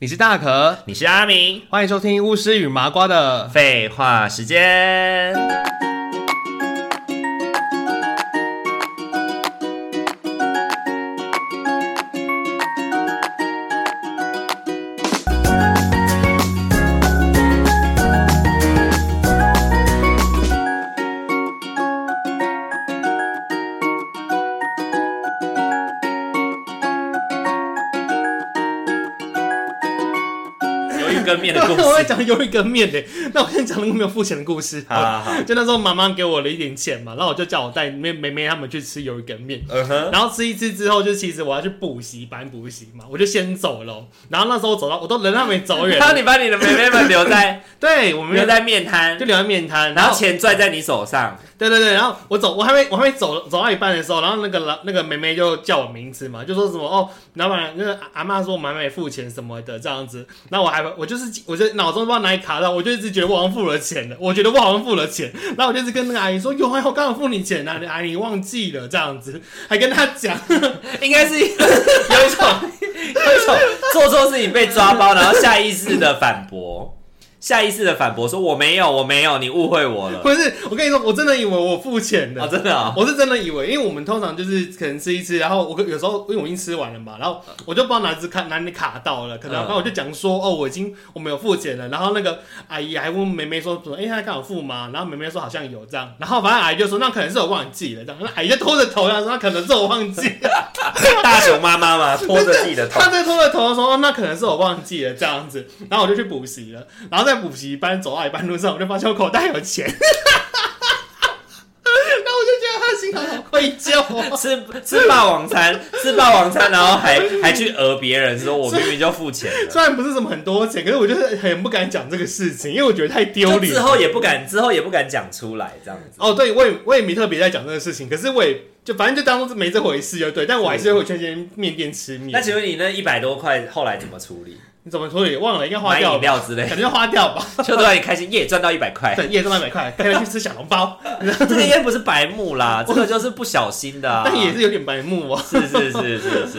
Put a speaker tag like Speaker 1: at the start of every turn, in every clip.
Speaker 1: 你是大可，
Speaker 2: 你是阿明，
Speaker 1: 欢迎收听巫师与麻瓜的。
Speaker 2: 废话时间。有一根面的故
Speaker 1: 我在
Speaker 2: 事，
Speaker 1: 讲有一个面的，那我先讲那个没有付钱的故事。
Speaker 2: 好好好
Speaker 1: 就那时候妈妈给我了一点钱嘛，然后我就叫我带妹妹妹他们去吃有一根面。
Speaker 2: 嗯哼，
Speaker 1: 然后吃一次之后，就其实我要去补习班补习嘛，我就先走了哦。然后那时候我走到，我都人还没走远
Speaker 2: 然，后你把你的妹妹们留 在
Speaker 1: 对我们
Speaker 2: 留在面摊
Speaker 1: 就，留在面摊，
Speaker 2: 然后钱拽在你手上，
Speaker 1: 对对对，然后我走，我还没我还没走走到一半的时候，然后那个老那个妹妹就叫我名字嘛，就说什么哦，老板那个阿阿妈说我还没付钱什么的这样子，那我还我就是我就脑中不知道哪里卡到，我就一直觉得我好像付了钱了，我觉得我好像付了钱，然后我就一直跟那个阿姨说有啊，我刚好付你钱啊，你阿姨忘记了这样子，还跟她讲，
Speaker 2: 应该 是有一种有一种做错事情被抓包，然后下意识的反驳，下意识的反驳说我没有，我没有，你误会我了。
Speaker 1: 不是，我跟你说，我真的以为我付钱了
Speaker 2: 哦，，真的哦，
Speaker 1: 我是真的以为，因为我们通常就是可能吃一吃，然后我有时候因为我已经吃完了嘛，然后我就不知道哪只卡哪里卡到了，可能
Speaker 2: 嗯
Speaker 1: 然后我就讲说哦，我已经我们有付钱了，然后那个阿姨还问梅梅说什么，哎，她刚好付吗？然后梅梅说好像有这样，然后反正阿姨就说那可能是我忘记了这样，那阿姨就拖着头，然后说那可能是我忘记了，
Speaker 2: 大熊妈妈 嘛，拖着自己的头
Speaker 1: 她，在拖着头说哦，那可能是我忘记了这样子，然后我就去补习了，然后在补习班走到一半路上，我就发现我口袋有钱。 然后我就觉得她心里好愧疚哦、
Speaker 2: 吃吃霸王餐，吃霸王餐，然后还还去讹别人，说我明明就付钱了。
Speaker 1: 虽然不是什么很多钱，可是我就是很不敢讲这个事情，因为我觉得太丢
Speaker 2: 就
Speaker 1: 脸。
Speaker 2: 之后也不敢，之后也不敢讲出来这样子。
Speaker 1: 哦，对，我也我也没特别在讲这个事情，可是我也就反正就当做是没这回事就对，但我还是会去那间面店吃面。
Speaker 2: 那请问你那一百多块后来怎么处理？
Speaker 1: 你怎么处理？忘了，应该花
Speaker 2: 买
Speaker 1: 掉
Speaker 2: 饮
Speaker 1: 吧，
Speaker 2: 料之类，
Speaker 1: 感觉花掉吧。
Speaker 2: 就突然开心，耶，赚到一百块，
Speaker 1: 对，夜赚两百块，带他去吃小笼包，
Speaker 2: 这个应该不是白目啦，这个就是不小心的、啊。
Speaker 1: 但也是啊有点白目哦。
Speaker 2: 是是是是 是，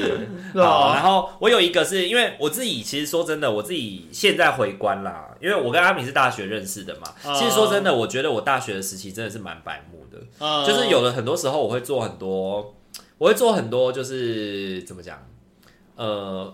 Speaker 1: 是吧
Speaker 2: 好，然后我有一个是因为我自己，其实说真的，我自己现在回观啦，因为我跟阿敏是大学认识的嘛。
Speaker 1: 哦
Speaker 2: 其实说真的，我觉得我大学的时期真的是蛮白目的，
Speaker 1: 呃
Speaker 2: 就是有的很多时候我会做很多，我会做很多，就是怎么讲，呃，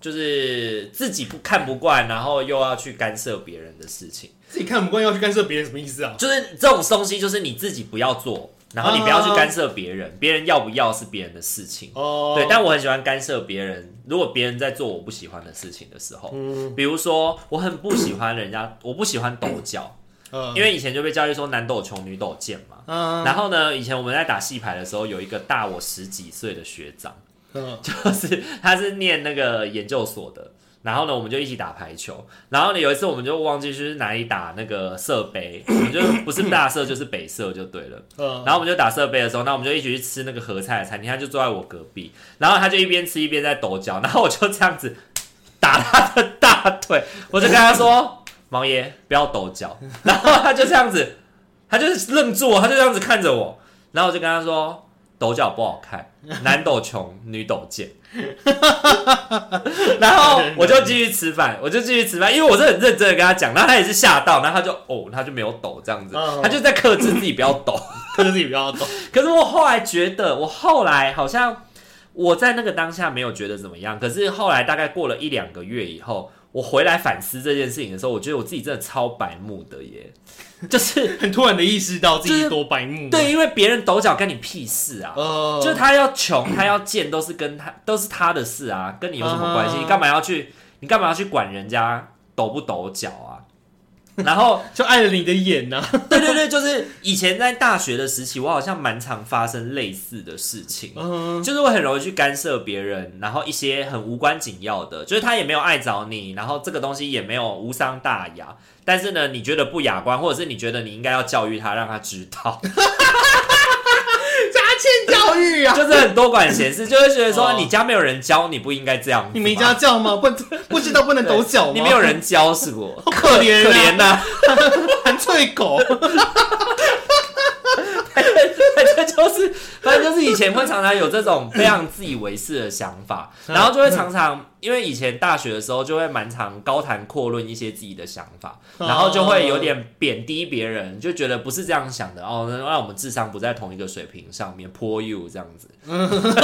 Speaker 2: 就是自己不看不惯，然后又要去干涉别人的事情，
Speaker 1: 自己看不惯要去干涉别人什么意思啊？
Speaker 2: 就是这种东西，就是你自己不要做，然后你不要去
Speaker 1: 哦
Speaker 2: 干涉别人，别人要不要是别人的事情。
Speaker 1: 哦，
Speaker 2: 对，但我很喜欢干涉别人。如果别人在做我不喜欢的事情的时候，
Speaker 1: 嗯
Speaker 2: 比如说我很不喜欢人家，我不喜欢抖脚，
Speaker 1: 呃
Speaker 2: 因为以前就被教育说男抖穷，女抖贱嘛。
Speaker 1: 嗯
Speaker 2: 然后呢，以前我们在打戏牌的时候，有一个大我十几岁的学长，
Speaker 1: 嗯
Speaker 2: 就是他是念那个研究所的。然后呢，我们就一起打排球。然后呢，有一次我们就忘记去哪里打那个社杯，我们就不是大社就是北社就对了。
Speaker 1: 嗯，
Speaker 2: 然后我们就打设备的时候，那我们就一起去吃那个合菜的餐厅，他就坐在我隔壁，然后他就一边吃一边在抖脚， 然后我就这样子打他的大腿，我就跟他说：“毛爷，不要抖脚。”然后他就这样子，他就是愣住我，他就这样子看着我，然后我就跟他说：“抖脚不好看，男抖穷，女抖贱。” 然后我就继续吃饭，我就继续吃饭，因为我是很认真的跟他讲，然后他也是吓到，然后他就哦，他就没有抖这样子
Speaker 1: 嗯，
Speaker 2: 他就在克制自己不要抖。
Speaker 1: 克制自己比较懂。
Speaker 2: 可是我后来觉得，我后来好像我在那个当下没有觉得怎么样，可是后来大概过了一两个月以后，我回来反思这件事情的时候，我觉得我自己真的超白目的耶，就是
Speaker 1: 很突然的意识到自
Speaker 2: 就
Speaker 1: 己
Speaker 2: 是
Speaker 1: 多白目。，啊
Speaker 2: 对，因为别人抖脚干你屁事啊。
Speaker 1: 呃，
Speaker 2: 就是他要穷，他要贱，都是跟他都是他的事啊，跟你有什么关系？
Speaker 1: 啊
Speaker 2: 你干嘛要去？你干嘛要去管人家抖不抖脚啊？然后
Speaker 1: 就碍了你的眼呐。
Speaker 2: 对对对，就是以前在大学的时期，我好像蛮常发生类似的事情，
Speaker 1: 嗯
Speaker 2: 就是我很容易去干涉别人，然后一些很无关紧要的，就是他也没有碍着你，然后这个东西也没有无伤大雅，但是呢，你觉得不雅观，或者是你觉得你应该要教育他，让他知 道，
Speaker 1: 家欠教育啊！
Speaker 2: 就是很多管闲事，就会觉得说
Speaker 1: 哦
Speaker 2: 你家没有人教，你不应该这样子嘛，
Speaker 1: 你没家教吗？不不知道不能抖脚吗？。
Speaker 2: 你没有人教是 我
Speaker 1: 好可怜、啊，
Speaker 2: 可怜呐、
Speaker 1: 含脆狗，
Speaker 2: 这就是，反正就是以前会常常有这种非常自以为是的想法，
Speaker 1: 嗯
Speaker 2: 然后就会常常，因为以前大学的时候就会蛮常高谈阔论一些自己的想法，
Speaker 1: 哦
Speaker 2: 然后就会有点贬低别人，就觉得不是这样想的哦，那那我们智商不在同一个水平上面，poor you 这样子。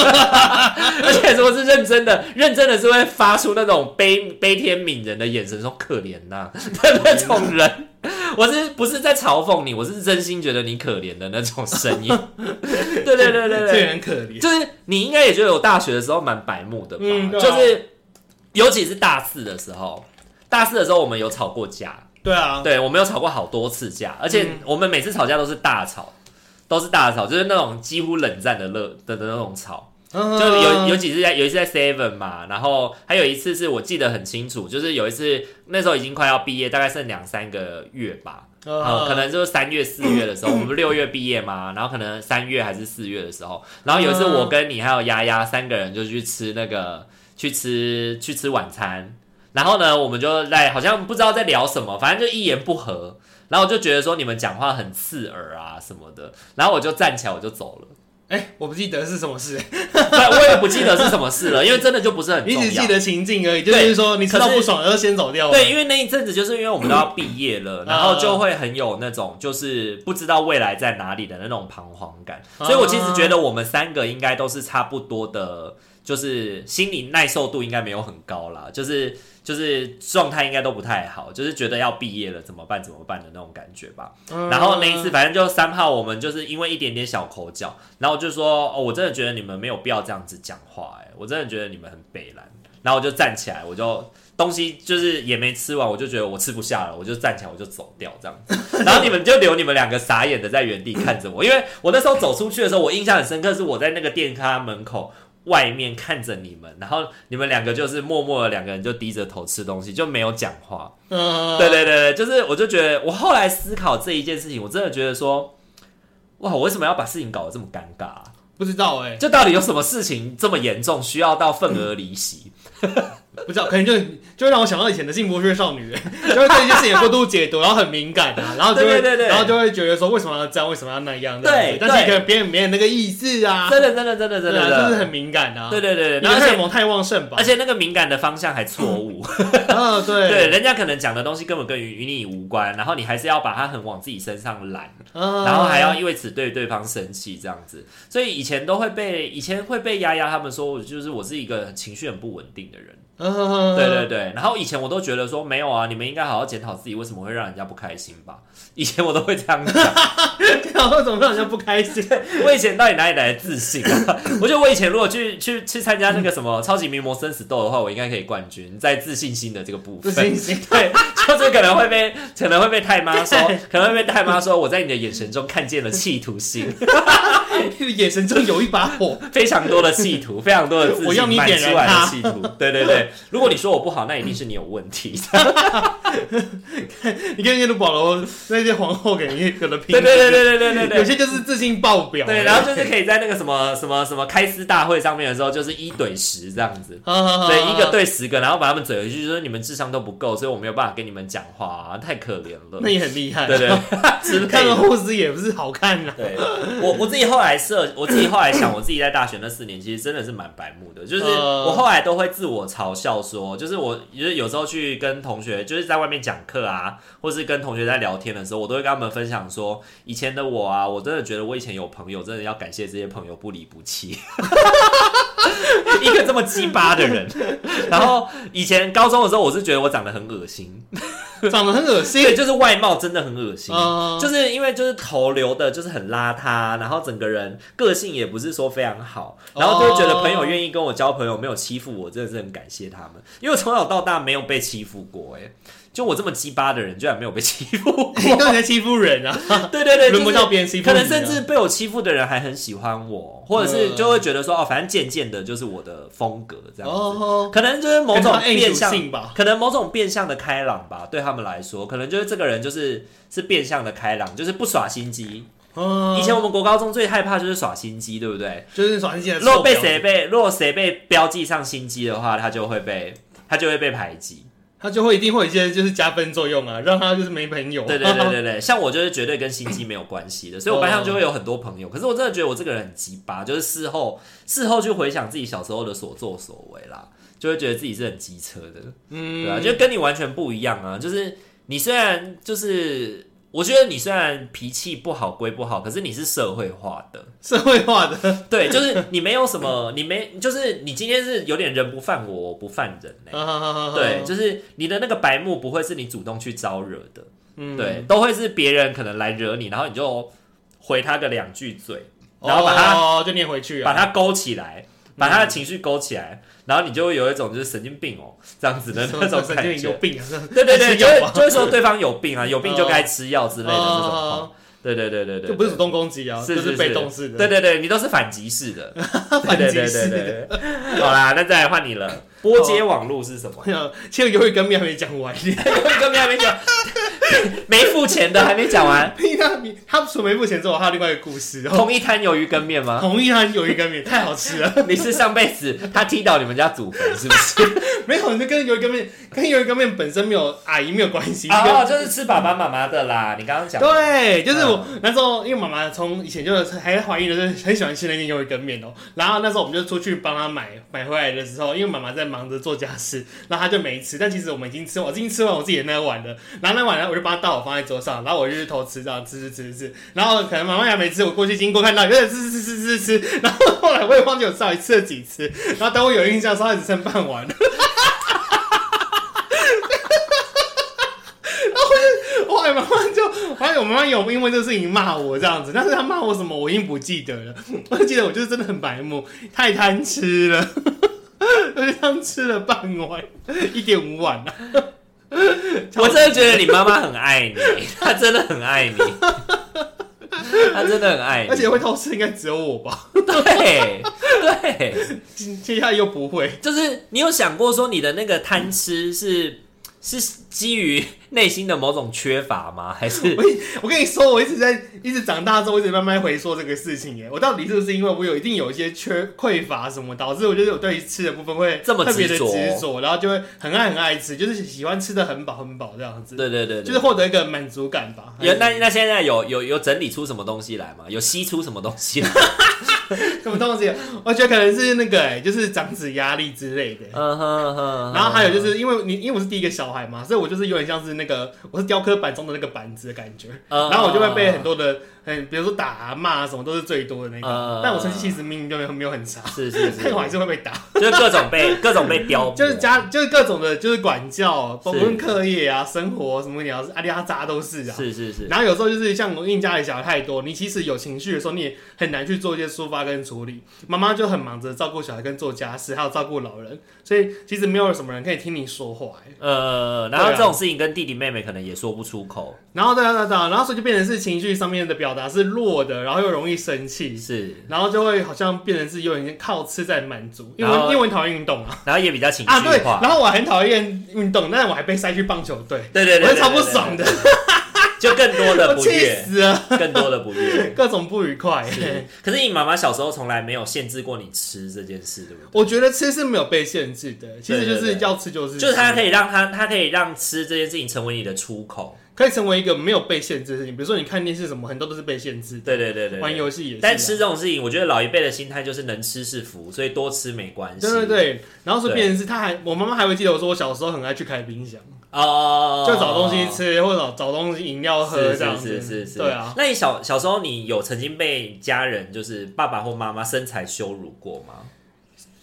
Speaker 2: 而且如果是认真的，认真的是会发出那种悲悲天悯人的眼神，说可怜呐、 的那种人。我是不是在嘲讽你？我是真心觉得你可怜的那种声音。 对对对对对，
Speaker 1: 这也很可怜。
Speaker 2: 就是你应该也觉得我大学的时候蛮白目的吧？
Speaker 1: 嗯对啊
Speaker 2: 就是尤其是大四的时候，大四的时候我们有吵过架，
Speaker 1: 对啊，
Speaker 2: 对我们有吵过好多次架，而且
Speaker 1: 嗯
Speaker 2: 我们每次吵架都是大吵，都是大吵，就是那种几乎冷战的乐的的那种吵。
Speaker 1: 就
Speaker 2: 就有
Speaker 1: 嗯
Speaker 2: 有几次在有一次在 Seven 嘛，然后还有一次是我记得很清楚，就是有一次那时候已经快要毕业，大概剩两三个月吧，
Speaker 1: 嗯
Speaker 2: 呃，可能就是三月、四月的时候，我们不是六月毕业嘛，然后可能三月还是四月的时候，然后有一次我跟你还有丫丫三个人就去吃那个去吃去吃晚餐，然后呢，我们就在好像不知道在聊什么，反正就一言不合，然后我就觉得说你们讲话很刺耳啊什么的，然后我就站起来我就走了，
Speaker 1: 哎，我不记得是什么事，
Speaker 2: 对，我也不记得是什么事了，因为真的就不是很重
Speaker 1: 你
Speaker 2: 要。
Speaker 1: 只记得情境而已，就
Speaker 2: 对
Speaker 1: 是说你吃到
Speaker 2: 可是
Speaker 1: 不爽然后先走掉。
Speaker 2: 对，，因为那一阵子就是因为我们都要毕业了，
Speaker 1: 嗯
Speaker 2: 然后就会很有那种就是不知道未来在哪里的那种彷徨感，
Speaker 1: 嗯
Speaker 2: 所以
Speaker 1: 啊
Speaker 2: 我其实觉得我们三个应该都是差不多的，就是心理耐受度应该没有很高啦，就是就是状态应该都不太好，就是觉得要毕业了怎么办怎么办的那种感觉吧。
Speaker 1: 嗯
Speaker 2: 然后那一次，反正就三号，我们就是因为一点点小口角，然后我就说，哦，我真的觉得你们没有必要这样子讲话、哎，我真的觉得你们很北蓝。然后我就站起来，我就东西就是也没吃完，我就觉得我吃不下了，我就站起来，我就走掉这样子。然后你们就留你们两个傻眼的在原地看着我，因为我那时候走出去的时候，我印象很深刻，是我在那个店咖门口。外面看着你们，然后你们两个就是默默的两个人就低着头吃东西，就没有讲话。
Speaker 1: 嗯，
Speaker 2: 对对对对，就是我就觉得，我后来思考这一件事情，我真的觉得说，哇，我为什么要把事情搞得这么尴尬啊、
Speaker 1: 不知道哎，
Speaker 2: 就到底有什么事情这么严重，需要到愤而离席？
Speaker 1: 不知道，可能就就会让我想到以前的性剥削少 女，就会对一些事情过度解读，然后很敏感啊，然后就会
Speaker 2: 对对对对
Speaker 1: 然后就会觉得说为什么要这样，为什么要那样，
Speaker 2: 对
Speaker 1: 这样子但是
Speaker 2: 对
Speaker 1: 可能别人没有那个意思啊，
Speaker 2: 真的真的真的真
Speaker 1: 对
Speaker 2: 的，
Speaker 1: 啊，
Speaker 2: 真
Speaker 1: 就
Speaker 2: 的
Speaker 1: 是很敏感啊，
Speaker 2: 对对对对，
Speaker 1: 你
Speaker 2: 然
Speaker 1: 的
Speaker 2: 后
Speaker 1: 荷
Speaker 2: 而
Speaker 1: 尔
Speaker 2: 且
Speaker 1: 蒙太旺盛吧
Speaker 2: 而，且那个敏感的方向还错误，
Speaker 1: 嗯，对
Speaker 2: 对，，人家可能讲的东西根本跟与与你无关，然后你还是要把它很往自己身上揽。
Speaker 1: 然
Speaker 2: 然后还要因为此对对方生气这样子，所以以前都会被以前会被丫丫他们说，我就是我是一个情绪很不稳定的人。对
Speaker 1: 对
Speaker 2: 对对，然后以前我都觉得说没有啊，你们应该好好检讨自己为什么会让人家不开心吧。 以前我都会这样想，
Speaker 1: 然后怎么让人家不开 心？
Speaker 2: 我以前到底哪里来的自信啊？ 我觉得我以前如果去去去参加那个什么超级名模生死斗的话，我应该可以冠军，在自信心的这个部
Speaker 1: 不
Speaker 2: 分。
Speaker 1: 行 行，
Speaker 2: 对，就是可能会被可能会被太 妈说，可能会被太妈说，我在你的眼神中看见了企图心，
Speaker 1: 眼神中有一把火，
Speaker 2: 非常多的企图，非常多的自信，
Speaker 1: 我要你
Speaker 2: 满
Speaker 1: 点
Speaker 2: 出
Speaker 1: 燃
Speaker 2: 来的
Speaker 1: 它
Speaker 2: 企图。对对对，如果你说我不好，那一定是你有问题。
Speaker 1: 你跟耶鲁保罗那些皇后给你有的拼，
Speaker 2: 对对对对对对对 对，
Speaker 1: 有些就是自信爆表，
Speaker 2: 对，然后就是可以在那个什么什么什么开司大会上面的时候，就是一怼十这样子。对，
Speaker 1: 对
Speaker 2: 一个，对十个，然后把他们怼回去，就说你们智商都不够，所以我没有办法跟你们讲话、啊，太可怜了。
Speaker 1: 那也很厉害，
Speaker 2: 对对，之
Speaker 1: 看
Speaker 2: 类
Speaker 1: 了
Speaker 2: 的。
Speaker 1: 护士也不是好看啊呐，
Speaker 2: 对我我自己后来设，我自己后来想，我自己在大学那四年其实真的是蛮白目的，就是
Speaker 1: 呃
Speaker 2: 我后来都会自我嘲笑说，就是我就是有时候去跟同学就是在外面讲课啊，或是跟同学在聊天的时候，我都会跟他们分享说，以前的我啊，我真的觉得我以前有朋友，真的要感谢这些朋友不离不弃。 一个这么鸡巴的人，然后以前高中的时候，我是觉得我长得很恶心，
Speaker 1: 长得很恶心
Speaker 2: 对，，就是外貌真的很恶心。
Speaker 1: 嗯，
Speaker 2: 就是因为就是头留的就是很邋遢，然后整个人个性也不是说非常好，
Speaker 1: 哦
Speaker 2: 然后就会觉得朋友愿意跟我交朋友，没有欺负我，真的是很感谢他们，因为我从小到大没有被欺负过、欸，就我这么鸡巴的人，居然没有被欺负 过，
Speaker 1: 你到底在欺负人啊？
Speaker 2: 对对
Speaker 1: 哎
Speaker 2: 对，
Speaker 1: 轮不
Speaker 2: 就是
Speaker 1: 到别人欺负
Speaker 2: 可
Speaker 1: 你啊，
Speaker 2: 能甚至被我欺负的人还很喜欢我，或者是就会觉得说哦，反正渐渐的就是我的风格这样子，
Speaker 1: 哦，
Speaker 2: 可能就是某种变相
Speaker 1: 性吧，
Speaker 2: 可能某种变相的开朗吧，对他们来说，可能就是这个人就是是变相的开朗，就是不耍心机。
Speaker 1: 嗯
Speaker 2: 以前我们国高中最害怕就是耍心机，对不对？
Speaker 1: 就是耍心机的，
Speaker 2: 如果被谁？被如果谁被标记上心机的话，他就会被他就会被排挤。
Speaker 1: 他他就会一定会有一些就是加分作用啊，让他就是没朋友。
Speaker 2: 对对对对对，像我就是绝对跟心机没有关系的，所以我班上就会有很多朋友。可是我真的觉得我这个人很鸡巴，就是事后事后去回想自己小时候的所作所为啦，就会觉得自己是很机车的，
Speaker 1: 嗯，
Speaker 2: 对啊，就跟你完全不一样啊。就是你虽然就是，我觉得你虽然脾气不好归不好，可是你是社会化的，
Speaker 1: 社会化的，
Speaker 2: 对，就是你没有什 么，你没就是你今天是有点人不犯我，我不犯人呢、
Speaker 1: 嗯
Speaker 2: 对，就是你的那个白目不会是你主动去招惹的。
Speaker 1: 嗯，
Speaker 2: 对，都会是别人可能来惹你，然后你就回他个两句嘴，
Speaker 1: 哦，
Speaker 2: 然后把他
Speaker 1: 他就念回去
Speaker 2: 把
Speaker 1: 啊，嗯
Speaker 2: 他勾起来，把他的情绪勾起来，然后你就会有一种就是神经病哦这样子的
Speaker 1: 什么
Speaker 2: 那种
Speaker 1: 神
Speaker 2: 感
Speaker 1: 经病有
Speaker 2: 觉。
Speaker 1: 病啊，这
Speaker 2: 对对对，
Speaker 1: 吃
Speaker 2: 就
Speaker 1: 药
Speaker 2: 会
Speaker 1: 啊
Speaker 2: 就会说对方有病 啊，有病就
Speaker 1: 哦
Speaker 2: 该吃药之类的这种话。
Speaker 1: 哦
Speaker 2: 对对对对对，
Speaker 1: 这不是主动攻击啊，
Speaker 2: 是
Speaker 1: 这
Speaker 2: 是
Speaker 1: 是被动式的，
Speaker 2: 对对对，你都是反击式的，
Speaker 1: 反击式
Speaker 2: 对对对对对。好啦，那再来换你了。波接网路是什 么？
Speaker 1: 其实鱿鱼羹面还没讲完，
Speaker 2: 一个还没讲， 没付钱的还没讲完。
Speaker 1: 你他你他除了没付钱之后，还 有另外一个故事哦。
Speaker 2: 同一摊鱿鱼羹面 吗？
Speaker 1: 同意他鱿鱼羹面太好吃了，
Speaker 2: 你是上辈子他踢倒你们家祖坟是 不是？
Speaker 1: 没有，那跟鱿鱼羹面跟鱿鱼羹面本身没有阿姨没有关系，跟
Speaker 2: 哦，就是吃爸爸妈妈的啦。你刚刚讲，
Speaker 1: 啊对，就是我、那时候，因为妈妈从以前就是还怀孕的时候，很喜欢吃那间鱿鱼羹面哦。然后那时候我们就出去帮她买，买回来的时候，因为妈妈在忙着做家事，然后她就没吃。但其实我们已经吃完，我已经吃完我自己的那碗了。然后那碗呢，我就把它倒好放在桌上，然后我就去偷吃，这样吃吃吃吃吃。然后可能妈妈还没吃，我过去经过看到，有点吃吃吃吃吃吃。然后后来我也忘记我到底吃了几次。然后等我有印象的时候，它只剩半碗了。 后来妈妈就，后来我妈妈有因为这个事情骂我这样子，但是她骂我什么我已经不记得了， 我就记得我就是真的很白目，太贪吃了， 我就这样吃了半碗，一点五碗啊，
Speaker 2: 我真的觉得你妈妈很爱你， 她真的很爱 你，她真的很爱你。
Speaker 1: 而且会偷吃应该只有我吧，
Speaker 2: 对对，
Speaker 1: 接下来又不会，
Speaker 2: 就是你有想过说你的那个贪吃是是基于 内心的某种缺乏吗？ 还是
Speaker 1: 我一我跟你说，我一直在一直长大之后，我一直慢慢回溯这个事情耶，我到底是不是因为我有一定有一些缺匮乏什么，导致我觉得我对于吃的部分会
Speaker 2: 这么
Speaker 1: 特别的
Speaker 2: 执着
Speaker 1: 执着，然后就会很爱很爱吃，就是喜欢吃的很饱很饱这样子。
Speaker 2: 对对对
Speaker 1: 就
Speaker 2: 对
Speaker 1: 是。获得一个满足感吧。
Speaker 2: 有那那现在有有有整理出什么东西来吗？有吸出什么东西 来？
Speaker 1: 什么东西？我觉得可能是那个、欸，就是长子压力之类的。
Speaker 2: 嗯哼哼。
Speaker 1: 然后还有就是因为你，因为我是第一个小孩嘛，所以我就是有点像是那个我是雕刻板中的那个板子的感觉。
Speaker 2: 嗯，
Speaker 1: 然后我就会被
Speaker 2: 嗯
Speaker 1: 很多的，嗯，比如说打啊骂啊什么都是最多的那个
Speaker 2: 嗯。
Speaker 1: 但我成绩其实明明就没有没有很差，
Speaker 2: 是是 是，
Speaker 1: 但我还是会被打，
Speaker 2: 就是各种被各 种被刁磨，
Speaker 1: 就是家就是各种的，就是管教，包
Speaker 2: 是
Speaker 1: 括课业啊、生活什么鸟事，阿里阿扎都是啊。
Speaker 2: 是是是，
Speaker 1: 然后有时候就是像我因为家里小孩太多，你其实有情绪的时候，你也很难去做一些抒发跟处理。妈妈就很忙着照顾小孩跟做家事，还有照顾老人，所以其实没有什么人可以听你说话、欸。
Speaker 2: 呃，然后
Speaker 1: 对啊
Speaker 2: 这种事情跟弟弟妹妹可能也说不出口，
Speaker 1: 然后对啊对啊对啊，然后所以就变成是情绪上面的表达是弱的，然后又容易生气，
Speaker 2: 是，
Speaker 1: 然后就会好像变成是有点靠吃在满足，因为
Speaker 2: 然后
Speaker 1: 我因为我很讨厌运动啊
Speaker 2: 然后也比较情
Speaker 1: 啊对
Speaker 2: 绪，化，
Speaker 1: 然后我很讨厌运动，但是我还被塞去棒球队，
Speaker 2: 对对对，
Speaker 1: 我是
Speaker 2: 对
Speaker 1: 超不爽，的，
Speaker 2: 对对就更多 的
Speaker 1: 我
Speaker 2: 不
Speaker 1: 气
Speaker 2: 悦，
Speaker 1: 死了，
Speaker 2: 更多的不悦。
Speaker 1: 各种不愉快、欸
Speaker 2: 是。 可是你妈妈小时候从来没有限制过你吃这件事，对不对？
Speaker 1: 我觉得吃是没有被限制的，其实就是要吃就是吃，
Speaker 2: 就是她可
Speaker 1: 以
Speaker 2: 以让她，她可以让吃这件事情成为你的出口，
Speaker 1: 可以成为一个没有被限制的事情。比如说你看电视什么，很多都是被限制的，
Speaker 2: 对对对对，对
Speaker 1: 玩游戏也是啊、
Speaker 2: 但吃这种事情，我觉得老一辈的心态就是能吃是福，所以多吃没关系。
Speaker 1: 对对对，然后是
Speaker 2: 对
Speaker 1: 变成是他还我妈妈还会记得我说我小时候很爱去开冰箱，
Speaker 2: 哦，哦，哦
Speaker 1: 就找东西。吃或者找找东西饮料喝
Speaker 2: 是
Speaker 1: 这样
Speaker 2: 是
Speaker 1: 子，
Speaker 2: 是是是，
Speaker 1: 对啊。。
Speaker 2: 那你小小时候，你有曾经被家人，就是爸爸或妈妈身材羞辱过吗？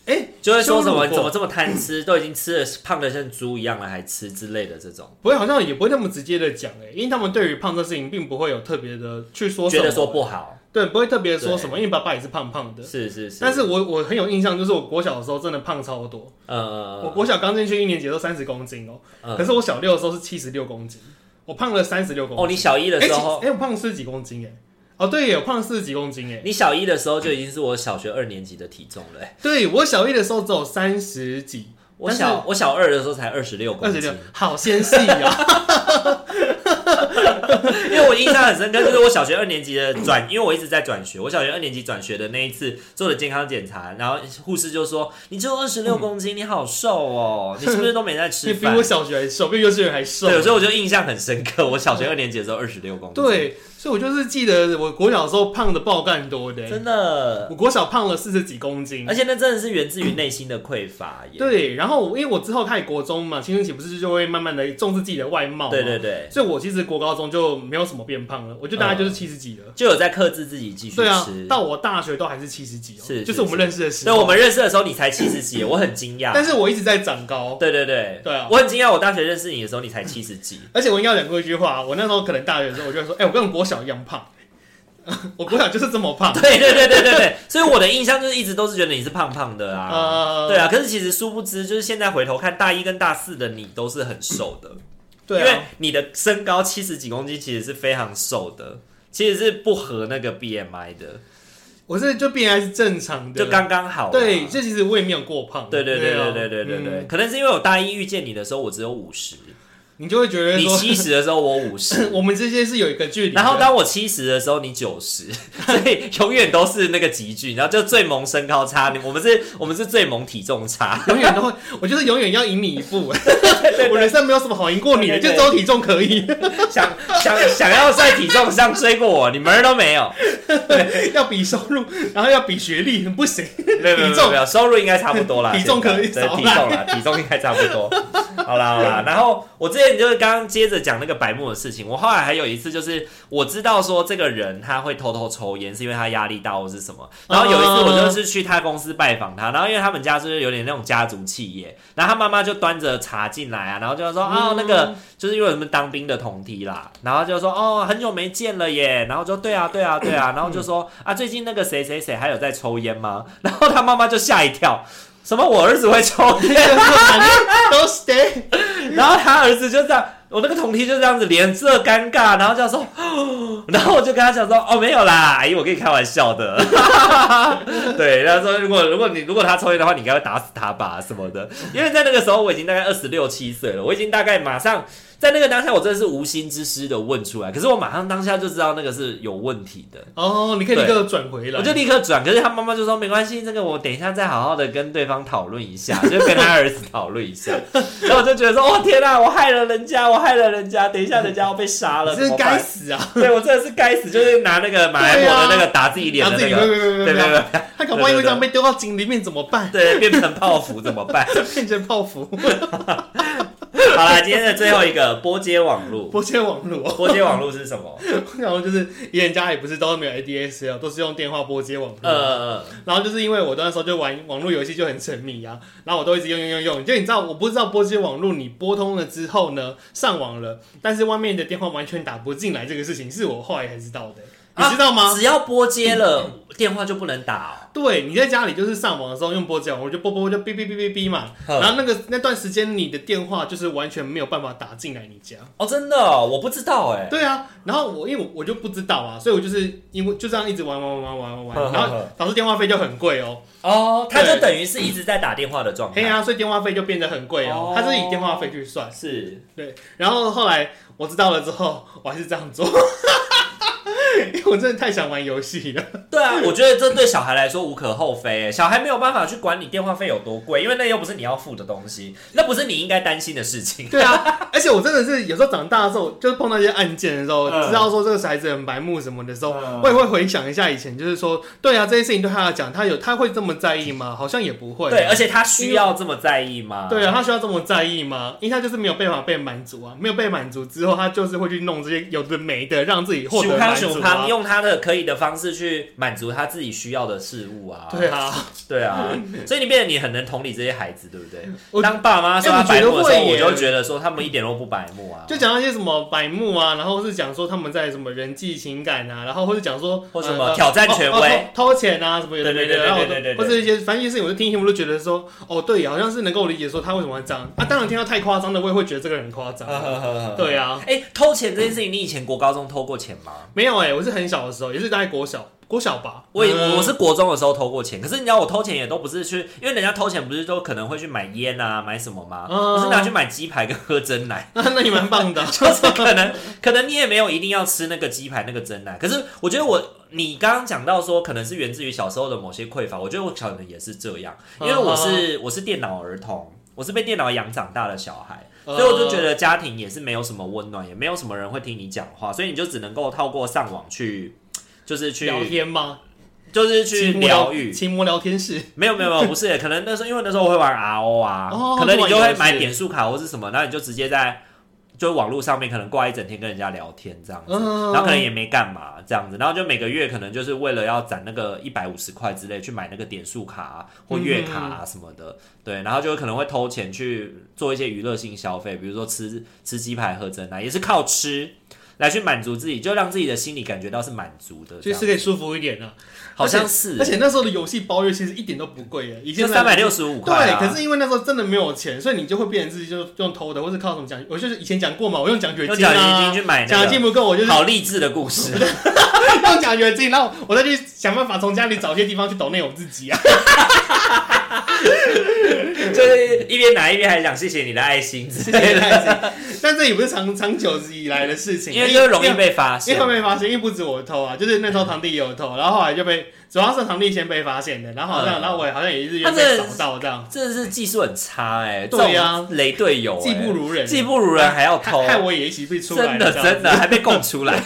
Speaker 1: 哎、
Speaker 2: 就会说什么
Speaker 1: 羞辱过
Speaker 2: 怎么这么贪吃，都已经吃的胖的像猪一样了，还吃之类的这种，
Speaker 1: 不会好像也不会那么直接的讲哎、因为他们对于胖这事情并不会有特别的去说什
Speaker 2: 觉
Speaker 1: 么，
Speaker 2: 得说不好，
Speaker 1: 对，不会特别说什么，因为爸爸也是胖胖的。
Speaker 2: 是是是。
Speaker 1: 但是我我很有印象，就是我国小的时候真的胖超多，我
Speaker 2: 呃，
Speaker 1: 国小刚进去一年级都三十公斤哦、
Speaker 2: 嗯
Speaker 1: 可是我小六的时候是七十六公斤，我胖了三十六公斤。
Speaker 2: 哦，你小一的
Speaker 1: 哎
Speaker 2: 时
Speaker 1: 其
Speaker 2: 候，
Speaker 1: 哎、我胖了四十几公斤哎、哦，对耶，我胖了四十几公斤哎、
Speaker 2: 你小一的时候就已经是我小学二年级的体重了。哎
Speaker 1: 对我小一的时候只有三十几，
Speaker 2: 我小我小二的时候才二十六
Speaker 1: 二
Speaker 2: 公
Speaker 1: 十
Speaker 2: 斤
Speaker 1: 六，，好纤细啊！
Speaker 2: 因为我印象很深刻，就是我小学二年级的转，因为我一直在转学，我小学二年级转学的那一次做了健康检查，然后护士就说：“你只有二十六公斤，你好瘦哦，你是不是都没在
Speaker 1: 嗯 你
Speaker 2: 吃
Speaker 1: 比
Speaker 2: 饭
Speaker 1: 我小学还瘦，比幼稚园还？”瘦。
Speaker 2: 对，所以我就印象很深刻，我小学二年级的时候二十六公斤，，
Speaker 1: 对，所以我就是记得我国小的时候胖的爆干多的、
Speaker 2: 真的，
Speaker 1: 我国小胖了四十几公斤
Speaker 2: 而。且那真的是源自于内心的匮乏耶。
Speaker 1: 对，然后我因为我之后开始国中嘛，青春期不是就会慢慢的重视自己的外貌嘛，
Speaker 2: 对对对，
Speaker 1: 所以我其实国高中就没有什么变胖了，我就大概就是七十几了。
Speaker 2: 就有在克制自己继续
Speaker 1: 对啊，
Speaker 2: 嗯吃。
Speaker 1: 到我大学都还是七十几哦，
Speaker 2: 是是
Speaker 1: 就是我们认识的时
Speaker 2: 对，
Speaker 1: 候。
Speaker 2: 我们认识的时候你才七十几，我很惊
Speaker 1: 但
Speaker 2: 讶。
Speaker 1: 是我一直在长高，
Speaker 2: 对对对，
Speaker 1: 对啊
Speaker 2: 我很惊讶，我大学认识你的时候你才七十几，
Speaker 1: 而且我应该有讲过一句话，我那时候可能大学的时候，我就会说，哎、我跟国小一样胖， 我国小就是这么胖，
Speaker 2: 对对对对对对，所以我的印象就是一直都是觉得你是胖胖的啊。
Speaker 1: 呃，
Speaker 2: 对啊，可是其实殊不知，就是现在回头看，大一跟大四的你都是很瘦的，
Speaker 1: 对
Speaker 2: 因为
Speaker 1: 啊，
Speaker 2: 你的身高七十几公斤其实是非常瘦的，其实是不合那个 BMI 的，
Speaker 1: 我是就变还是正常的，
Speaker 2: 就刚刚好啊。
Speaker 1: 对，这其实我也没有过胖，
Speaker 2: 对对对
Speaker 1: 啊
Speaker 2: 对对对对对，
Speaker 1: 嗯
Speaker 2: 可能是因为我大一遇见你的时候，我只有五十，
Speaker 1: 你就会觉得
Speaker 2: 你
Speaker 1: 说，
Speaker 2: 七十的时候我五十，
Speaker 1: 我们之间是有一个距离的，
Speaker 2: 然后当我七十的时候，你九十， 所以永远都是那个集距，然后就最萌身高差，你我们是，我们是最萌体重差，
Speaker 1: 永远都会，我就是永远要赢你一步， 我人生没有什么好赢过你的，就
Speaker 2: 对对
Speaker 1: 只
Speaker 2: 对
Speaker 1: 有体重可以，
Speaker 2: 想想想要在体重上追过我，你门儿都没有，
Speaker 1: 要比收入，然后要比学历，不行，
Speaker 2: 没有没
Speaker 1: 体
Speaker 2: 有没
Speaker 1: 重
Speaker 2: 有没有，收入应该差不多啦，
Speaker 1: 体重可以
Speaker 2: 现在
Speaker 1: 少
Speaker 2: 对体
Speaker 1: 来
Speaker 2: 重啦，体重应该差不多，好啦好啦，然后我之前就是刚刚接着讲那个白木的事情，我后来还有一次就是我知道说这个人他会偷偷抽烟，是因为他压力大或是什么，然后有一次我就
Speaker 1: 嗯
Speaker 2: 是。就是去他公司拜访他，然后因为他们家就是有点那种家族企业，然后他妈妈就端着茶进来啊，然后就说
Speaker 1: 嗯
Speaker 2: 哦那个就是因为我们当兵的同梯啦，然后就说哦很久没见了耶，然后就对啊对啊对啊，然后就说啊最近那个谁谁谁还有在抽烟吗？然后他妈妈就吓一跳。什么？我儿子会抽烟，啊
Speaker 1: 都 stay。
Speaker 2: 然后他儿子就这样，我那个同梯就这样子脸色尴尬，然后就说， 哦然后我就跟他讲说，哦，没有啦，阿姨，我跟你开玩笑的。 对，他说如果如果你如果他抽烟的话，你应该会打死他吧什么的，因为在那个时候我已经大概二十六七岁了，我已经大概马上在那个当下，我真的是无心之失的问出来，可是我马上当下就知道那个是有问题的。
Speaker 1: 哦，你可以立刻转回来。
Speaker 2: 我就立刻转，可是他妈妈就说没关系，这个我等一下再好好的跟对方讨论一下，就跟他儿子讨论一下。 然后我就觉得说，哦天啊，我害了人家，我害了人家，等一下人家要被杀了，
Speaker 1: 你真
Speaker 2: 怎
Speaker 1: 是
Speaker 2: 么
Speaker 1: 该
Speaker 2: 办？
Speaker 1: 死啊！
Speaker 2: 对我真的是该死，就是拿那个马来貘的那个打自己脸
Speaker 1: 然后
Speaker 2: 的
Speaker 1: 自
Speaker 2: 那
Speaker 1: 己没有没有没有没有
Speaker 2: 个，对对
Speaker 1: 没有，
Speaker 2: 对
Speaker 1: 他搞不好因为这样被丢到井里面怎么办？
Speaker 2: 对，变成泡芙怎么办？
Speaker 1: 变成泡芙，
Speaker 2: 好啦，今天的最后一个波接网路，
Speaker 1: 波接网络，
Speaker 2: 波接网路是什么？
Speaker 1: 然后就是人家也不是都没有 ADSL，都是用电话波接网络。
Speaker 2: 呃，
Speaker 1: 然后就是因为我那时候就玩网络游戏就很沉迷啊，然后我都一直用用用用，就你知道我不知道拨接网络，你拨通了之后呢，上网了，但是外面的电话完全打不进来这个事情，是我后来才知道的，
Speaker 2: 啊
Speaker 1: 你知道吗？
Speaker 2: 只要波接了电话就不能打
Speaker 1: 对，你在家里就是上网的时候用拨接网络，就拨拨就哔哔哔哔哔嘛，
Speaker 2: 嗯
Speaker 1: 然后那个那段时间你的电话就是完全没有办法打进来你家。
Speaker 2: 哦，哦真的哦，我不知道哎。
Speaker 1: 对啊，然后我因为我我就不知道啊，所以我就是因为就这样一直玩玩玩玩玩玩，然后导致电话费就很贵哦。
Speaker 2: 哦，他
Speaker 1: 对
Speaker 2: 就等于是一直在打电话的状态。
Speaker 1: 嘿啊，所以电话费就变得很贵哦
Speaker 2: 哦，
Speaker 1: 它是以电话费去算。
Speaker 2: 是
Speaker 1: 对，然后后来我知道了之后，我还是这样做， 因为我真的太想玩游戏了。
Speaker 2: 对啊，我觉得这对小孩来说无可厚非欸，小孩没有办法去管你电话费有多贵，因为那又不是你要付的东西，那不是你应该担心的事情。
Speaker 1: 对啊，而且我真的是有时候长大的时候，就是碰到一些案件的时候，
Speaker 2: 嗯
Speaker 1: 知道说这个孩子很白目什么的时候，
Speaker 2: 嗯
Speaker 1: 我也会回想一下以前，就是说，对啊，这件事情对他来讲，他有他会这么在意吗？好像也不会啊、
Speaker 2: 对，而且他需要这么在意吗？
Speaker 1: 对啊，他需要这么在意吗？因为他就是没有办法被满足啊，没有被满足之后，他就是会去弄这些有的没的，让自己获得
Speaker 2: 熊康
Speaker 1: 满足啊
Speaker 2: 熊康。用他的可以的方式去满足他自己需要的事物啊。
Speaker 1: 对啊，
Speaker 2: 对啊， 所以你变得你很能同理这些孩子，对不
Speaker 1: 我
Speaker 2: 对？当爸妈说
Speaker 1: 哎我
Speaker 2: 他
Speaker 1: 觉
Speaker 2: 白
Speaker 1: 得
Speaker 2: 目的时候，
Speaker 1: 会
Speaker 2: 我
Speaker 1: 耶
Speaker 2: 就觉得说他们一点都不白目 啊，
Speaker 1: 就 讲到一些什么百慕啊，然后是讲说他们在什么人际情感啊，然后或是讲说
Speaker 2: 或什么挑战权威
Speaker 1: 哦哦偷偷钱啊什么有的没
Speaker 2: 对
Speaker 1: 的，
Speaker 2: 对对对
Speaker 1: 然后
Speaker 2: 对对对
Speaker 1: 或者一些反正一些事情，我就听一听，我就觉得说，哦对，好像是能够理解说他为什么会这样啊。当然听到太夸张的，我也会觉得这个人很夸张。对啊，
Speaker 2: 哎、偷钱这件事情，你以前国高中偷过钱吗？
Speaker 1: 欸没有哎、我是很小的时候，也是大概国小，国小吧，
Speaker 2: 我也
Speaker 1: 嗯
Speaker 2: 我是国中的时候偷过钱，可是你知道我偷钱也都不是去，因为人家偷钱不是都可能会去买烟啊，买什么吗？
Speaker 1: 嗯
Speaker 2: 我是拿去买鸡排跟喝真奶，
Speaker 1: 那那你蛮棒的，
Speaker 2: 就是可能可能你也没有一定要吃那个鸡排那个真奶，可是我觉得我你刚刚讲到说可能是源自于小时候的某些匮乏，我觉得我可能也是这样，
Speaker 1: 嗯
Speaker 2: 因为我是我是电脑儿童，我是被电脑养长大的小孩。
Speaker 1: 嗯
Speaker 2: 所以我就觉
Speaker 1: 呃
Speaker 2: 得家庭也是没有什么温暖，也没有什么人会听你讲话，所以你就只能够透过上网去，就是去
Speaker 1: 聊天吗？
Speaker 2: 就是
Speaker 1: 骑
Speaker 2: 去
Speaker 1: 摩聊
Speaker 2: 疗愈。
Speaker 1: 骑摩聊天室，
Speaker 2: 没有没有没有，不是，可能那时候因为那时候我会玩 RO 啊，
Speaker 1: 哦
Speaker 2: 可能你就会
Speaker 1: 玩游
Speaker 2: 买
Speaker 1: 戏
Speaker 2: 点数卡或是什么，然后你就直接在就网络上面可能挂一整天跟人家聊天这样子，
Speaker 1: 嗯
Speaker 2: 然后可能也没干嘛这样子，然后就每个月可能就是为了要攒那个一百五十块之类去买那个点数卡、啊、或月卡啊什么的，
Speaker 1: 嗯
Speaker 2: 对，然后就可能会偷钱去做一些娱乐性消费，比如说吃吃鸡排、喝真奶，也是靠吃。来去满足自己，就让自己的心里感觉到是满足的这
Speaker 1: 就
Speaker 2: 样，
Speaker 1: 是可以舒服一点的，
Speaker 2: 好像是欸
Speaker 1: 而，且那时候的游戏包月其实一点都不贵耶，以
Speaker 2: 就
Speaker 1: 前
Speaker 2: 三百六十五块
Speaker 1: 对，
Speaker 2: 啊。
Speaker 1: 可是因为那时候真的没有钱，所以你就会变成自己就用偷的，或是靠什么奖，我就是以前讲过嘛，我用奖学
Speaker 2: 用
Speaker 1: 金
Speaker 2: 奖学金
Speaker 1: 啊，
Speaker 2: 去买
Speaker 1: 奖
Speaker 2: 那
Speaker 1: 学
Speaker 2: 个
Speaker 1: 金，不够，我就是
Speaker 2: 好励志的故事。
Speaker 1: 用奖学金，然后我再去想办法从家里找一些地方去抖内我自 己啊。
Speaker 2: 就是一边拿一边还想谢谢你的爱心之
Speaker 1: 谢
Speaker 2: 类
Speaker 1: 谢
Speaker 2: 的，
Speaker 1: 太子，但这也不是长长久以来的事 情，
Speaker 2: 因为就是容易
Speaker 1: 因为。
Speaker 2: 被发
Speaker 1: 因
Speaker 2: 现
Speaker 1: 为。会被发现，因为不止我偷啊，就是那时候堂弟也有偷，然后后来就被，主要是堂弟先被发现的，然后好像，
Speaker 2: 嗯
Speaker 1: 然后我也好像也是
Speaker 2: 他
Speaker 1: 有
Speaker 2: 这
Speaker 1: 被扫到这样，
Speaker 2: 真的是技术很差哎、欸，
Speaker 1: 对啊
Speaker 2: 这种雷队友、欸，
Speaker 1: 技不如人，
Speaker 2: 技不如人还要
Speaker 1: 害
Speaker 2: 偷，啊
Speaker 1: 害我也一起被出来
Speaker 2: 真的
Speaker 1: 这样子
Speaker 2: 真的还被供出 来，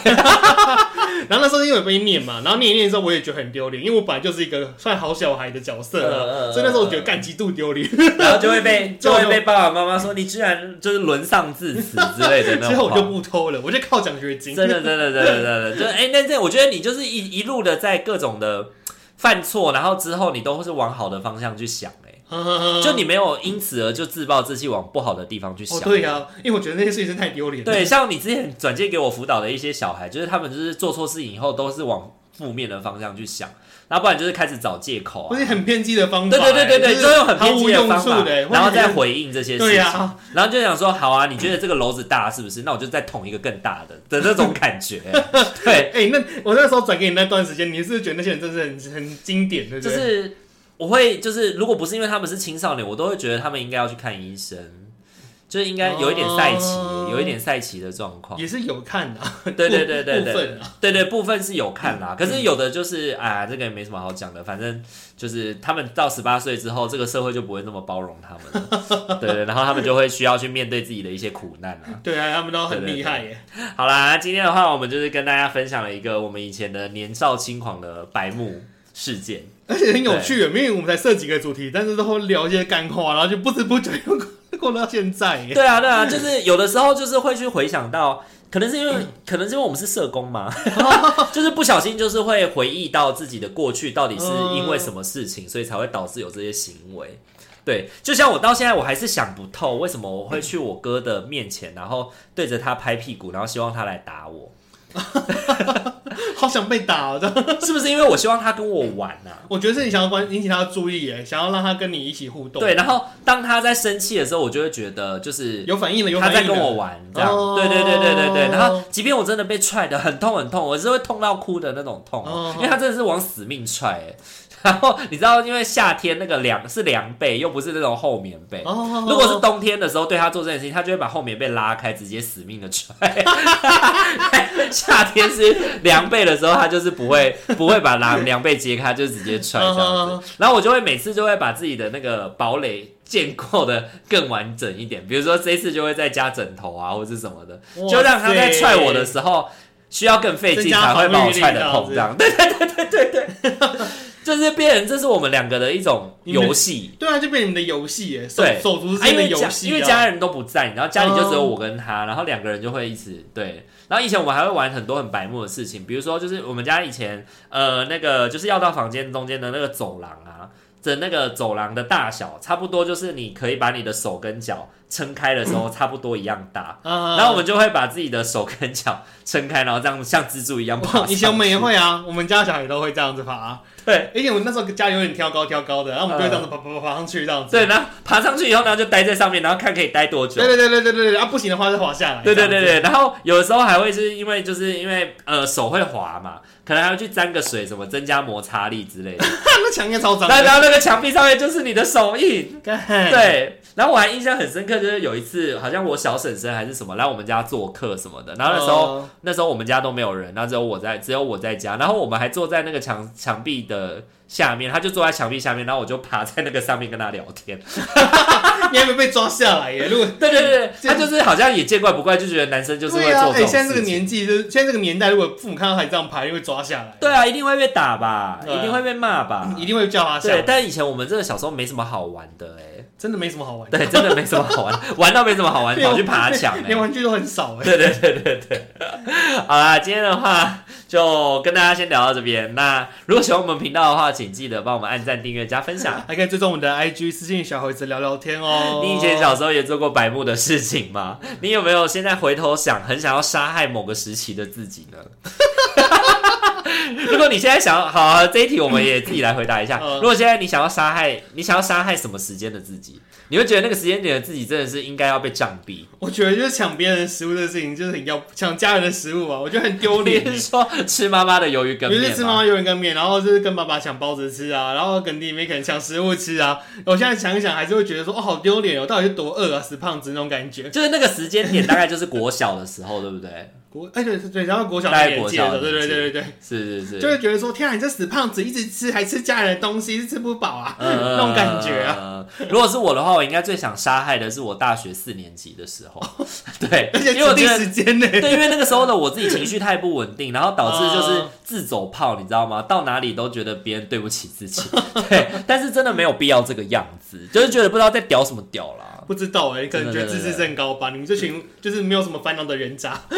Speaker 1: 然后那时候因为有被念嘛，然后念一念之后我也觉得很丢脸，因为我本来就是一个算好小孩的角色
Speaker 2: 嗯嗯
Speaker 1: 啊，
Speaker 2: 嗯
Speaker 1: 所以那时候我觉得干极度丢脸。
Speaker 2: 然后就会被 就会被爸爸妈妈说你居然就是沦丧至此 之类的那
Speaker 1: 之后我
Speaker 2: 种
Speaker 1: 就
Speaker 2: 话。
Speaker 1: 不偷了，我就靠奖学金。
Speaker 2: 真的真的真的真的，就哎、那这我觉得你就是一一路的在各种的犯错，然后之后你都是往好的方向去想哎、就
Speaker 1: 就
Speaker 2: 你没有因此而就自暴自弃，往不好的地方去想。
Speaker 1: 哦对呀、啊，因为我觉得那些事情真的太丢脸。
Speaker 2: 对，，像你之前转介给我辅导的一些小孩，就是他们就是做错事情以后都是往负面的方向去想，那不然就是开始找借口
Speaker 1: 不
Speaker 2: 啊。
Speaker 1: 是很偏激的方法、欸
Speaker 2: 对对对对
Speaker 1: 就
Speaker 2: 对，就是用很偏激的
Speaker 1: 毫无用
Speaker 2: 方法
Speaker 1: 处的，欸
Speaker 2: 然后再回应这些事
Speaker 1: 对啊
Speaker 2: 情，
Speaker 1: 呀、
Speaker 2: 然后就想说，好啊，你觉得这个篓子大是不是？那我就再捅一个更大的的那种 感觉，对，
Speaker 1: 哎、那我那时候转给你那段时间，你是不是觉得那些人真是很很经典，对不
Speaker 2: 就
Speaker 1: 对？
Speaker 2: 是我会就是如果不是因为他们是青少年，我都会觉得他们应该要去看医生，就是应该有一点赛期，
Speaker 1: 哦
Speaker 2: 有一点赛期的状况。
Speaker 1: 也是有看的、啊，
Speaker 2: 对对对对
Speaker 1: 部
Speaker 2: 对
Speaker 1: 分嗯啊，
Speaker 2: 对对，部分是有看啦，可是有的就是啊，这个也没什么好讲的，反正就是他们到十八岁之后，这个社会就不会那么包容他们了， 对对，然后他们就会需要去面对自己的一些苦难啦。
Speaker 1: 对啊，他们都很厉害耶。
Speaker 2: 好啦，今天的话，我们就是跟大家分享了一个我们以前的年少轻狂的白目事件，
Speaker 1: 而且很有趣耶，因为我们才设几个主题，但是都会聊一些干话，然后就不知不觉又过过到现在耶。
Speaker 2: 对啊对啊，就是有的时候就是会去回想到。可能是因为，可能是因为我们是社工嘛， 就是不小心就是会回忆到自己的过去，到底是因为什么事情，所以才会导致有这些行为。对，就像我到现在我还是想不透，为什么我会去我哥的面前，然后对着他拍屁股，然后希望他来打我，
Speaker 1: 好想被打、哦，这样
Speaker 2: 是不是因为我希望他跟我玩啊？
Speaker 1: 我觉得是你想要关引起他的注意耶，想要让他跟你一起互动。
Speaker 2: 对，，然后当他在生气的时候，我就会觉得就是
Speaker 1: 有反应了，有
Speaker 2: 他
Speaker 1: 反应
Speaker 2: 在
Speaker 1: 了。
Speaker 2: 跟我玩，这样，
Speaker 1: 哦
Speaker 2: 对对对对对对。然后，即便我真的被踹的很痛很痛，我是会痛到哭的那种痛哦
Speaker 1: 哦，
Speaker 2: 因为他真的是往死命踹、欸。 然后你知道，因为夏天那个凉是凉被，又不是那种厚棉被。
Speaker 1: 哦，
Speaker 2: 如果是冬天的时候对他做这件事情，他就会把厚棉被拉开，直接死命的踹。 夏天是凉被的时候，他就是不会不会把凉凉被揭开，他就直接踹这样
Speaker 1: 嗯
Speaker 2: 子。然后我就会每次就会把自己的那个堡垒建构的更完整一点，比如说这一次就会再加枕头啊，或是什么的，
Speaker 1: 哇塞
Speaker 2: 就让他在踹我的时候需要更费劲才会把我踹的痛这样。对对对 对对对，就是变成这是我们两个的一种游戏。
Speaker 1: 对啊，就变你们的游戏耶，手
Speaker 2: 对
Speaker 1: 手足之
Speaker 2: 啊，
Speaker 1: 间
Speaker 2: 因
Speaker 1: 的
Speaker 2: 为
Speaker 1: 游
Speaker 2: 家
Speaker 1: 戏、啊
Speaker 2: 因为家人都不在，然后家里就只有我跟他，然后两个人就会一直对。然后以前我们还会玩很多很白目的事情，比如说就是我们家以前呃那个就是要到房间中间的那个走廊啊的那个走廊的大小，差不多就是你可以把你的手跟脚撑开的时候差不多一样大。
Speaker 1: 啊，
Speaker 2: 然后我们就会把自己的手跟脚撑开，然后这样像蜘蛛一样爬
Speaker 1: 哇
Speaker 2: 上 去。
Speaker 1: 以前我们也会啊，我们家小孩都会这样子爬、啊。
Speaker 2: 对
Speaker 1: 而且我们那时候家里有点挑高挑高的，然后我们就会这样子爬爬爬爬上去这样子。
Speaker 2: 对，然后爬上去以后，然后就待在上面，然后看可以待多久
Speaker 1: 对。对对对对对对，啊不行的话就滑下来。
Speaker 2: 对对
Speaker 1: 这
Speaker 2: 对
Speaker 1: 样子，
Speaker 2: 对，然后有的时候还会是因为就是因为呃手会滑嘛，可能还会去沾个水什么增加摩擦力之类 的。
Speaker 1: 看那墙应该超脏
Speaker 2: 然后
Speaker 1: 的。
Speaker 2: 然后那个墙壁上面就是你的手印，
Speaker 1: 干，
Speaker 2: 对，然后我还印象很深刻，就是有一次，好像我小婶婶还是什么来我们家做客什么的，然后那时候、
Speaker 1: 哦
Speaker 2: 那时候我们家都没有人，然后只有我在，只有我在家，然后我们还坐在那个墙墙壁的下面，他就坐在墙壁下面，然后我就爬在那个上面跟他聊天。
Speaker 1: 你还没被抓下来耶！如果
Speaker 2: 对对对，
Speaker 1: 这
Speaker 2: 他就是好像也见怪不怪，就觉得男生就是会
Speaker 1: 对啊
Speaker 2: 做，
Speaker 1: 哎，
Speaker 2: 这
Speaker 1: 现在
Speaker 2: 种
Speaker 1: 这
Speaker 2: 事
Speaker 1: 个
Speaker 2: 情。
Speaker 1: 年纪，就是现在这个年代，如果父母看到孩子这样爬，一定会抓下来。
Speaker 2: 对啊，一定会被打吧，
Speaker 1: 对啊啊
Speaker 2: 一定会被骂吧。
Speaker 1: 一定会叫他下
Speaker 2: 对，
Speaker 1: 来。
Speaker 2: 但以前我们真的小时候没什么好玩的哎、
Speaker 1: 真的没什么好玩，
Speaker 2: 对，真的没什么好 玩，玩到没什么好玩，跑去爬墙哎、
Speaker 1: 连玩具都很少哎。
Speaker 2: 对对对对对，好啦，今天的话就跟大家先聊到这边。那如果喜欢我们频道的话，请记得帮我们按赞、订阅、加分享。
Speaker 1: 还可以追踪我们的 IG，私信小猴子聊聊天哦。
Speaker 2: 你以前小时候也做过白目的事情吗？ 你有没有现在回头想，很想要杀害某个时期的自己呢？ 如果你现在想要，好、啊，这一题我们也自己来回答一下。
Speaker 1: 嗯
Speaker 2: 如果现在你想要杀害，你想要杀害什么时间的自己？你会觉得那个时间点的自己真的是应该要被杖毙？
Speaker 1: 我觉得就是抢别人的食物这个事情，就是很要抢家人的食物啊，我觉得很丢
Speaker 2: 你
Speaker 1: 脸。
Speaker 2: 是说吃妈妈的鱿鱼
Speaker 1: 有
Speaker 2: 羹面
Speaker 1: 些
Speaker 2: 吗？
Speaker 1: 吃妈妈有人跟面，然后就是跟爸爸抢包子吃啊，然后跟弟妹可能抢食物吃啊。我现在想一想，还是会觉得说，哦，好丢脸哦，到底是多饿啊，死胖子那种感觉。
Speaker 2: 就是那个时间点，大概就是国小的时候，对不对？
Speaker 1: 国，哎、对对对，然后国小
Speaker 2: 大概
Speaker 1: 的年
Speaker 2: 国
Speaker 1: 纪
Speaker 2: 小
Speaker 1: 的时候，
Speaker 2: 的
Speaker 1: 对对
Speaker 2: 年纪
Speaker 1: 对对
Speaker 2: 是是
Speaker 1: 对，
Speaker 2: 是，
Speaker 1: 就会觉得说，天啊，你这死胖子一直吃，还吃家人的东西，是吃不饱啊，
Speaker 2: 嗯
Speaker 1: 那种感觉啊。
Speaker 2: 啊。如果是我的话，我应该最想杀害的是我大学四年级的时候，对，
Speaker 1: 而且
Speaker 2: 因为我
Speaker 1: 指
Speaker 2: 觉
Speaker 1: 定
Speaker 2: 得。
Speaker 1: 时间呢、
Speaker 2: 对，嗯因为那个时候的我自己情绪太不稳定，然后导致就是
Speaker 1: 嗯
Speaker 2: 自走炮，你知道吗？到哪里都觉得别人对不起自己，对，但是真的没有必要这个样子，就是觉得不知道在屌什么屌啦。
Speaker 1: 不知道哎、可能觉得自视甚高吧。你们这群就是没有什么烦恼的人渣，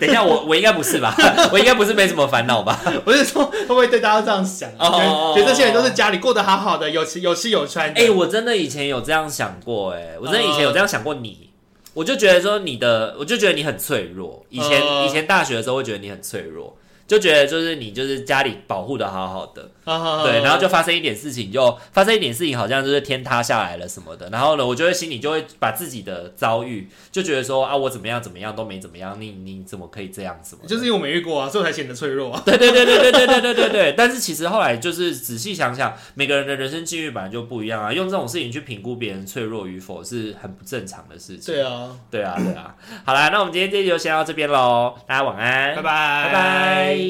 Speaker 2: 等一下，我我应该不是吧？我应该不是没什么烦恼吧？
Speaker 1: 我是说会不会对大家这样想啊？
Speaker 2: 哦
Speaker 1: 觉
Speaker 2: 哦哦
Speaker 1: 得觉得这些人都是家里过得好好的，有吃有吃有穿的。
Speaker 2: 哎、我真的以前有这样想过、哎，我真的以前有这样想过你，我就觉得说你的，我就觉得你很脆弱。以前、
Speaker 1: 呃
Speaker 2: 以前大学的时候，会觉得你很脆弱，就觉得就是你就是家里保护的好好的，
Speaker 1: 啊
Speaker 2: 对，然后就发生一点事情就，发生一点事情，好像就是天塌下来了什么的。然后呢，我就会心里就会把自己的遭遇，就觉得说啊，我怎么样怎么样都没怎么样，你你怎么可以这样什么的？
Speaker 1: 就是因为我没遇过啊，所以我才显得脆弱啊。
Speaker 2: 对对对对对对对对对对。但是其实后来就是仔细想想，每个人的人生境遇本来就不一样啊，用这种事情去评估别人脆弱与否是很不正常的事情。
Speaker 1: 对啊，
Speaker 2: 对啊，对啊。好啦，那我们今天这集就先到这边喽，大家晚安，
Speaker 1: 拜拜，
Speaker 2: 拜拜